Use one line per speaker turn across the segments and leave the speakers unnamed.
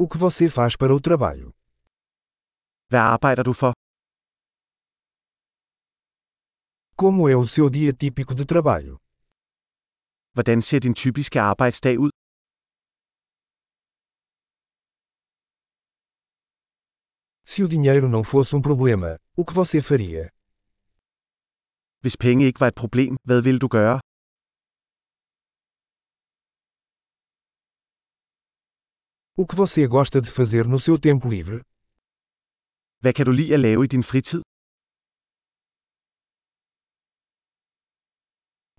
O que você faz para o trabalho?
Hvad arbejder du for?
Como é o seu dia típico de trabalho?
Hvordan ser din typiske arbejdsdag ud?
Se o dinheiro não fosse um problema, o que você faria?
Hvis penge ikke var et problem, hvad ville du gøre?
O que você gosta de fazer no seu tempo livre?
Hvad kan du lide at lave i din fritid?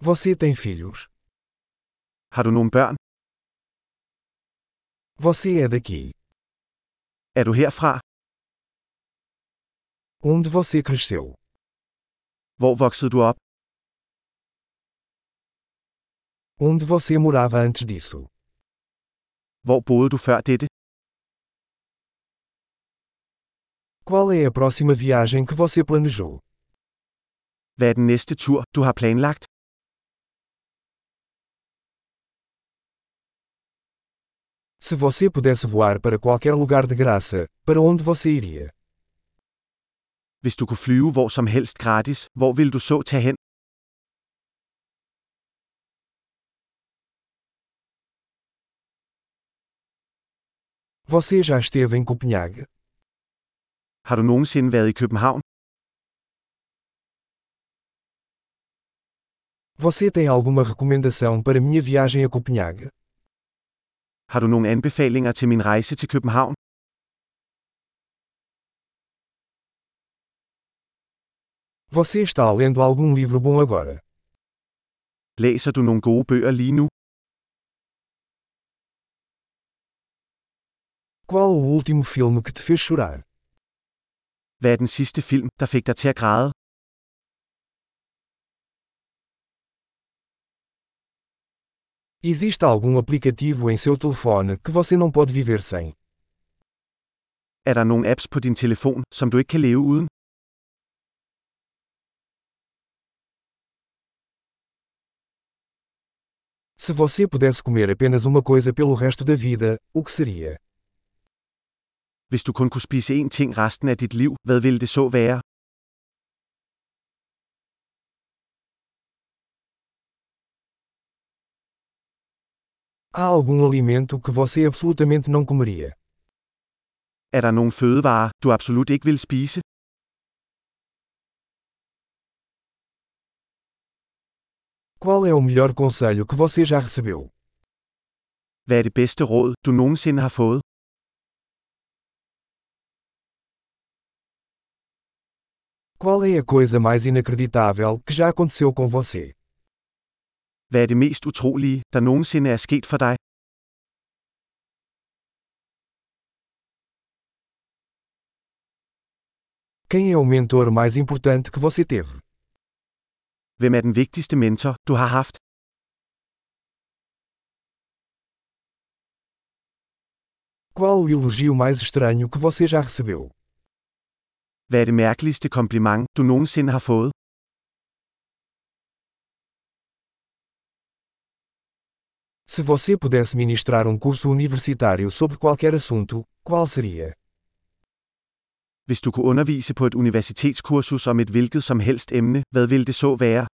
Você tem filhos?
Har du nogle børn?
Você é daqui?
Er du herfra?
Onde você cresceu?
Hvor voksede du op?
Onde você morava antes disso?
Hvor boede du før dette?
Qual é a próxima viagem que você planejou?
Hvad er den næste tur, du har planlagt?
Se você pudesse voar para qualquer lugar de graça, para onde você iria?
Hvis du kunne flyve hvor som helst gratis, hvor ville du så tage hen?
Você já esteve em Copenhague?
Har du nogensinde været i København?
Você tem alguma recomendação para minha viagem a Copenhague?
Har du nogle anbefalinger til min rejse til København?
Você está lendo algum livro bom agora?
Læser du nogle gode bøger lige nu?
Qual o último filme que te fez chorar?
Hvad er den sidste film, der fik dig til at græde?
Existe algum aplicativo em seu telefone que você não pode viver sem?
Er der nogle apps på din telefon, som du ikke kan leve uden?
Se você pudesse comer apenas uma coisa pelo resto da vida, o que seria?
Hvis du kun kunne spise én ting resten af dit liv, hvad ville det så være?
Há algum alimento que você absolutamente não comeria?
Er der nogle fødevarer, du absolut ikke vil spise?
Qual é o melhor conselho que você já recebeu?
Hvad er det bedste råd, du nogensinde har fået?
Qual é a coisa mais inacreditável que já aconteceu com você?
Hvad er det mest utrolige, der nogensinde er sket for dig?
Quem é o mentor mais importante que você teve?
Hvem er den vigtigste mentor, du har haft?
Qual o elogio mais estranho que você já recebeu?
Hvad er det mærkeligste kompliment, du nogensinde har fået?
Se você pudesse ministrar um curso universitário sobre qualquer assunto, qual seria?
Hvis du kunne undervise på et universitetskursus om et hvilket som helst emne, hvad ville det så være?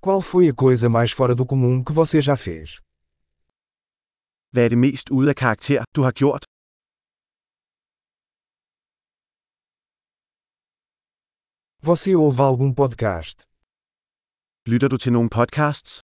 Qual foi a coisa mais fora do comum que você já fez?
Hvad er det mest ude af karakter, du har gjort?
Você ouve algum podcast?
Lytter du til nogle podcasts?